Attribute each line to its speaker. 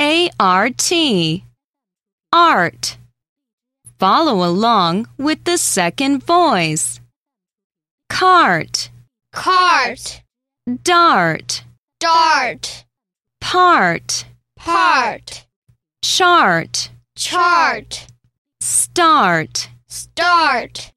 Speaker 1: A R T. Art. Follow along with the second voice. Cart,
Speaker 2: cart,
Speaker 1: dart,
Speaker 2: dart,
Speaker 1: part,
Speaker 2: part,
Speaker 1: chart,
Speaker 2: chart,
Speaker 1: start.
Speaker 2: start.